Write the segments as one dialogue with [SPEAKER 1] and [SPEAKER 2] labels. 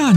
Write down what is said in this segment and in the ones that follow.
[SPEAKER 1] 大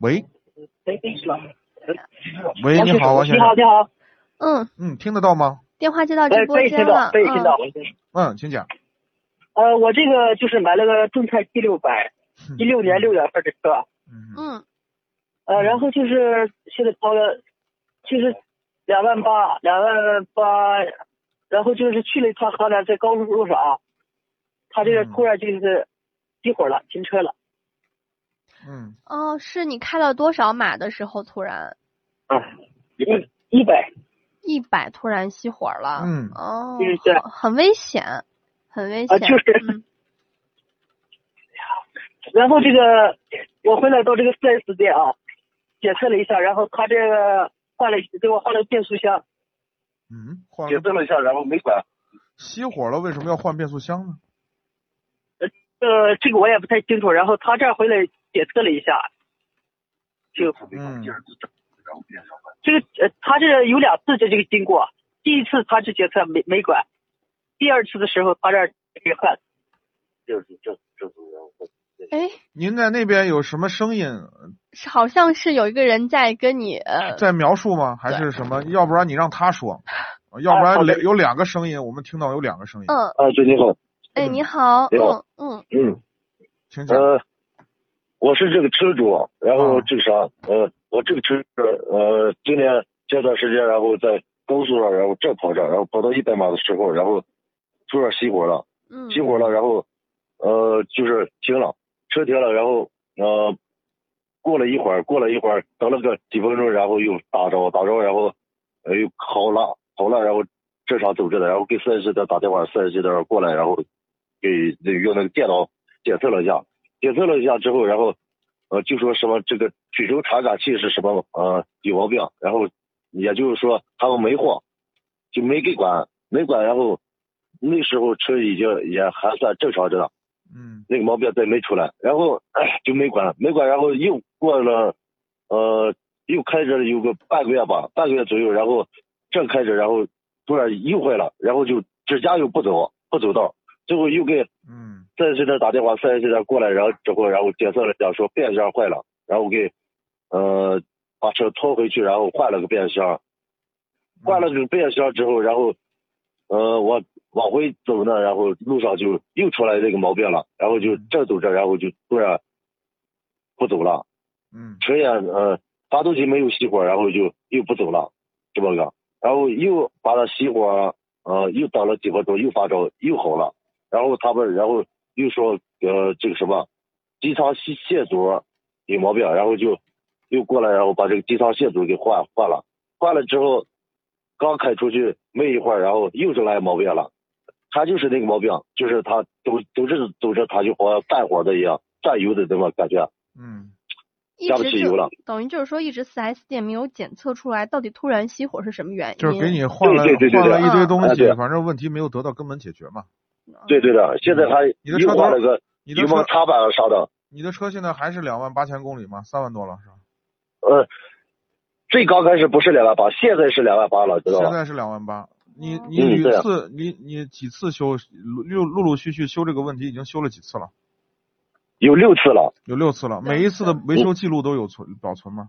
[SPEAKER 2] 喂，喂，你好，王先
[SPEAKER 3] 你好，
[SPEAKER 2] 生。
[SPEAKER 3] 你好，
[SPEAKER 4] 嗯，
[SPEAKER 2] 嗯，听得到吗？
[SPEAKER 4] 电话接到啊直
[SPEAKER 3] 哎，
[SPEAKER 4] 播
[SPEAKER 3] 可以
[SPEAKER 4] 间
[SPEAKER 3] 听
[SPEAKER 4] 了
[SPEAKER 3] 到，，可以听到。
[SPEAKER 4] 嗯，
[SPEAKER 2] 嗯，请讲。
[SPEAKER 3] 呃，我这个就是买了个众泰 G 六百，一六年六月份的车，
[SPEAKER 2] 嗯
[SPEAKER 4] 嗯，
[SPEAKER 3] 呃，然后就是现在掏了，就是两万八，两万八，然后就是去了一趟河南，在高速路上啊，他这个突然就是熄火了，停车了，
[SPEAKER 2] 嗯
[SPEAKER 4] 哦，是你开了多少码的时候突然
[SPEAKER 3] 啊，一一百，
[SPEAKER 4] 一百突然熄火了？
[SPEAKER 2] 嗯
[SPEAKER 4] 哦
[SPEAKER 3] 对对，
[SPEAKER 4] 很很危险，很危
[SPEAKER 3] 啊
[SPEAKER 4] 险。
[SPEAKER 3] 就是
[SPEAKER 4] 嗯
[SPEAKER 3] 然后这个我回来到这个 4S 店啊，检测了一下，然后他这个换了给我换了变速箱，
[SPEAKER 2] 嗯，换
[SPEAKER 5] 检
[SPEAKER 2] 了
[SPEAKER 5] 测了一下，然后没管。
[SPEAKER 2] 熄火了，为什么要换变速箱呢？
[SPEAKER 3] 呃，这个我也不太清楚。然后他这儿回来检测了一下，就
[SPEAKER 2] 嗯
[SPEAKER 5] 然后变成了
[SPEAKER 3] 这个呃，他这有两次的这个经过，第一次他是检测没没管，第二次的时候他这儿给换了，
[SPEAKER 5] 就是这这种人会
[SPEAKER 4] 哎，
[SPEAKER 2] 您在那边有什么声音
[SPEAKER 4] 是好像是有一个人在跟你呃，
[SPEAKER 2] 在描述吗？还是什么？要不然你让他说，要不然
[SPEAKER 3] 好的
[SPEAKER 2] 两有两个声音，我们听到有两个声音，
[SPEAKER 4] 嗯，
[SPEAKER 5] 啊，对，你好，
[SPEAKER 4] 哎，你好，
[SPEAKER 5] 你
[SPEAKER 4] 嗯
[SPEAKER 5] 好
[SPEAKER 4] 嗯
[SPEAKER 5] 嗯，
[SPEAKER 2] 请讲。
[SPEAKER 5] 呃，我是这个车主，啊然后这个啥，呃，我这个车呃，今年这段时间，然后在高速上，然后正跑着，然后跑到一百码的时候，然后突然熄火了，
[SPEAKER 4] 嗯，
[SPEAKER 5] 熄火了，然后呃，就是停了，车停了，然后呃，过了一会儿，过了一会儿，等了个几分钟，然后又打着打着，然后呃又好了好了，然后正常走着的，然后给四 S 店打电话，四 S 店过来，然后给那个用那个电脑检测了一下，检测了一下之后，然后呃就说什么这个水轴传感器是什么呃有毛病，然后也就是说他们没货，就没给管，没管，然后那时候车已经也还算正常着呢，
[SPEAKER 2] 嗯
[SPEAKER 5] 那个毛病再没出来，然后 哎就没管，没管，然后又过了，呃，又开着有个半个月吧，半个月左右，然后正开着，然后突然又坏了，然后就指甲又不走，不走道，最后又给
[SPEAKER 2] 嗯
[SPEAKER 5] 四 S 店打电话，四 S 店过来，然后之后然后检测了一下，说变速箱坏了，然后给呃把车拖回去，然后换了个变速箱，换了个变速箱之后，然后呃我往回走呢，然后路上就又出来这个毛病了，然后就正走着，然后就突然不走了，
[SPEAKER 2] 嗯
[SPEAKER 5] 车也呃发动机没有熄火，然后就又不走了，这么个，然后又把它熄火，呃，又等了几分钟，又发着，又好了，然后他们然后又说呃这个什么机舱系线组有毛病，然后就又过来，然后把这个机舱线组给换换了，换了之后刚开出去没一会儿，然后又是来毛病了。他就是那个毛病，就是他走走着走着，他就好像散伙的一样，散油的这么感觉，
[SPEAKER 2] 嗯
[SPEAKER 4] 一
[SPEAKER 5] 加不
[SPEAKER 4] 直
[SPEAKER 5] 起
[SPEAKER 4] 就
[SPEAKER 5] 油了。
[SPEAKER 4] 等于就是说一直四 S 店没有检测出来到底突然熄火是什么原因，
[SPEAKER 2] 就是给你换了
[SPEAKER 5] 对对对
[SPEAKER 2] 换
[SPEAKER 5] 对
[SPEAKER 2] 了一堆
[SPEAKER 5] 啊
[SPEAKER 2] 东
[SPEAKER 5] 啊
[SPEAKER 2] 西
[SPEAKER 5] 对，
[SPEAKER 2] 反正问题没有得到根本解决嘛。
[SPEAKER 5] 对对的，现在还
[SPEAKER 2] 你的车
[SPEAKER 5] 又换了个
[SPEAKER 2] 你的
[SPEAKER 5] 油
[SPEAKER 2] 车
[SPEAKER 5] 门插板啥的，
[SPEAKER 2] 你的车现在还是两万八千公里吗？三万多了是吧？
[SPEAKER 5] 呃，最刚开始不是两万八，现在是两万八了，知道
[SPEAKER 2] 现
[SPEAKER 5] 吧？
[SPEAKER 2] 在是两万八。你
[SPEAKER 4] 嗯
[SPEAKER 2] 你
[SPEAKER 5] 嗯
[SPEAKER 2] 屡
[SPEAKER 5] 对啊
[SPEAKER 2] 次你你几次修陆陆陆陆续续修这个问题已经修了几次了？
[SPEAKER 5] 有六次了，
[SPEAKER 2] 有六次了，每一次的
[SPEAKER 5] 嗯
[SPEAKER 2] 维修记录都有存保存吗？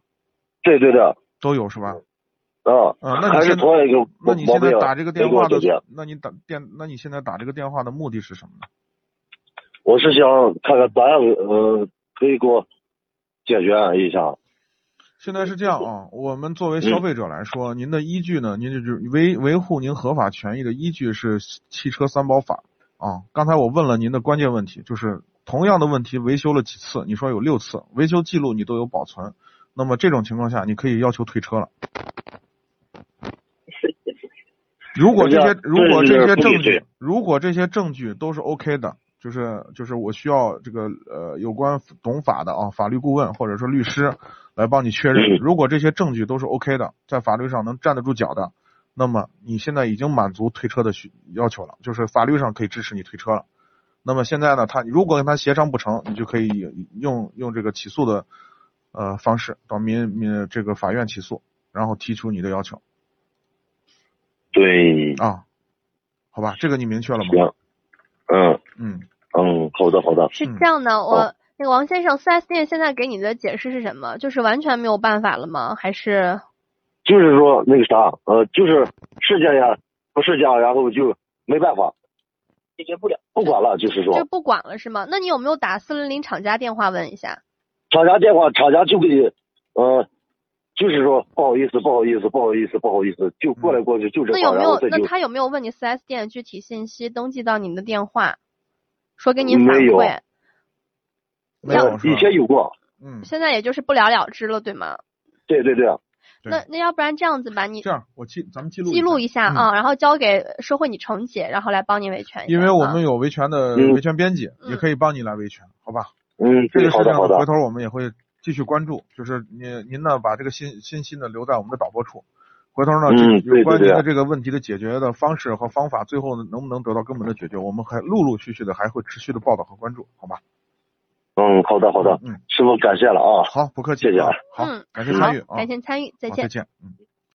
[SPEAKER 5] 对对的，
[SPEAKER 2] 都有是吧？
[SPEAKER 5] 啊，
[SPEAKER 2] 嗯那你
[SPEAKER 5] 还
[SPEAKER 2] 现
[SPEAKER 5] 是
[SPEAKER 2] 在
[SPEAKER 5] 同样一个
[SPEAKER 2] 那
[SPEAKER 5] 毛
[SPEAKER 2] 你现
[SPEAKER 5] 病，啊
[SPEAKER 2] 在打这个电
[SPEAKER 5] 没给我
[SPEAKER 2] 话的
[SPEAKER 5] 解决，
[SPEAKER 2] 那你打电，那你现在打这个电话的目的是什么呢？
[SPEAKER 5] 我是想看看咋样，呃，可以给我解决一下。
[SPEAKER 2] 现在是这样啊，我们作为消费者来说，您的依据呢，您就是维维护您合法权益的依据是汽车三包法啊。刚才我问了您的关键问题，就是同样的问题维修了几次，你说有六次，维修记录你都有保存，那么这种情况下，你可以要求退车了。如果这些
[SPEAKER 5] 这
[SPEAKER 2] 如果
[SPEAKER 5] 这
[SPEAKER 2] 这些
[SPEAKER 5] 是不理
[SPEAKER 2] 证据
[SPEAKER 5] 解，
[SPEAKER 2] 如果这些证据都是 OK 的，就是就是我需要这个呃有关懂法的啊法律顾问或者说律师来帮你确认，
[SPEAKER 5] 嗯
[SPEAKER 2] 如果这些证据都是 OK 的，在法律上能站得住脚的，那么你现在已经满足退车的需要求了，就是法律上可以支持你退车了。那么现在呢，他如果跟他协商不成，你就可以用用这个起诉的呃方式到民民这个法院起诉，然后提出你的要求
[SPEAKER 5] 对，
[SPEAKER 2] 啊，好吧，这个你明确了吗？
[SPEAKER 5] 行，嗯
[SPEAKER 2] 嗯，
[SPEAKER 5] 嗯，哦好的好的，
[SPEAKER 4] 是
[SPEAKER 2] 嗯
[SPEAKER 4] 这样的，我
[SPEAKER 5] 好
[SPEAKER 4] 那个王先生，4S 店现在给你的解释是什么？就是完全没有办法了吗？还是
[SPEAKER 5] 就是说那个啥，呃，就是是这样，不是这样，然后就没办法，
[SPEAKER 3] 解决不了。
[SPEAKER 5] 不管了，就是说
[SPEAKER 4] 就不管了是吗？那你有没有打四零零厂家电话问一下？
[SPEAKER 5] 厂家电话，厂家就给你，呃，就是说不好意思，不好意思，不好意思，不好意思，就过来过去就这
[SPEAKER 4] 那
[SPEAKER 5] 话，
[SPEAKER 4] 有没
[SPEAKER 5] 然
[SPEAKER 4] 有
[SPEAKER 5] 后再就
[SPEAKER 4] 那他有没有问你 4S 店的具体信息，登记到您的电话，说给您
[SPEAKER 5] 嗯没
[SPEAKER 4] 反
[SPEAKER 5] 有
[SPEAKER 4] 馈？
[SPEAKER 2] 没有是
[SPEAKER 5] 以
[SPEAKER 2] 吧？
[SPEAKER 5] 前有过，
[SPEAKER 2] 嗯，
[SPEAKER 4] 现在也就是不了了之了，对吗？
[SPEAKER 5] 对对对，啊
[SPEAKER 2] 对
[SPEAKER 4] 那那要不然这样子吧，你
[SPEAKER 2] 这样我记咱们记录
[SPEAKER 4] 记录
[SPEAKER 2] 一嗯
[SPEAKER 4] 一下啊，然后交给社会你成姐，然后来帮你维权一
[SPEAKER 2] 下，
[SPEAKER 4] 下。
[SPEAKER 2] 因为我们有维权的
[SPEAKER 5] 嗯
[SPEAKER 2] 维权编辑，
[SPEAKER 4] 啊嗯
[SPEAKER 2] 也可以帮你来维权，好吧？
[SPEAKER 5] 嗯，
[SPEAKER 2] 这
[SPEAKER 5] 对，
[SPEAKER 2] 个事
[SPEAKER 5] 好的
[SPEAKER 2] 情
[SPEAKER 5] 好
[SPEAKER 2] 呢，回
[SPEAKER 5] 的，
[SPEAKER 2] 头我们也会继续关注，就是您您呢把这个信信息呢留在我们的导播处，回头呢
[SPEAKER 5] 嗯
[SPEAKER 2] 这
[SPEAKER 5] 对
[SPEAKER 2] 有关
[SPEAKER 5] 对
[SPEAKER 2] 您
[SPEAKER 5] 对
[SPEAKER 2] 的这个问题的解决的方式和方法，最后呢能不能得到根本的解决，我们还陆陆续续的还会持续的报道和关注，好吧？
[SPEAKER 5] 嗯，好的好的，
[SPEAKER 2] 嗯，
[SPEAKER 5] 师傅感谢了啊，
[SPEAKER 2] 好，不客气，
[SPEAKER 5] 谢谢啊
[SPEAKER 2] 啊好
[SPEAKER 4] 嗯，
[SPEAKER 2] 感谢参与
[SPEAKER 4] 好
[SPEAKER 2] 啊，
[SPEAKER 4] 感谢参与，再
[SPEAKER 2] 好
[SPEAKER 4] 见
[SPEAKER 2] 再。见，嗯。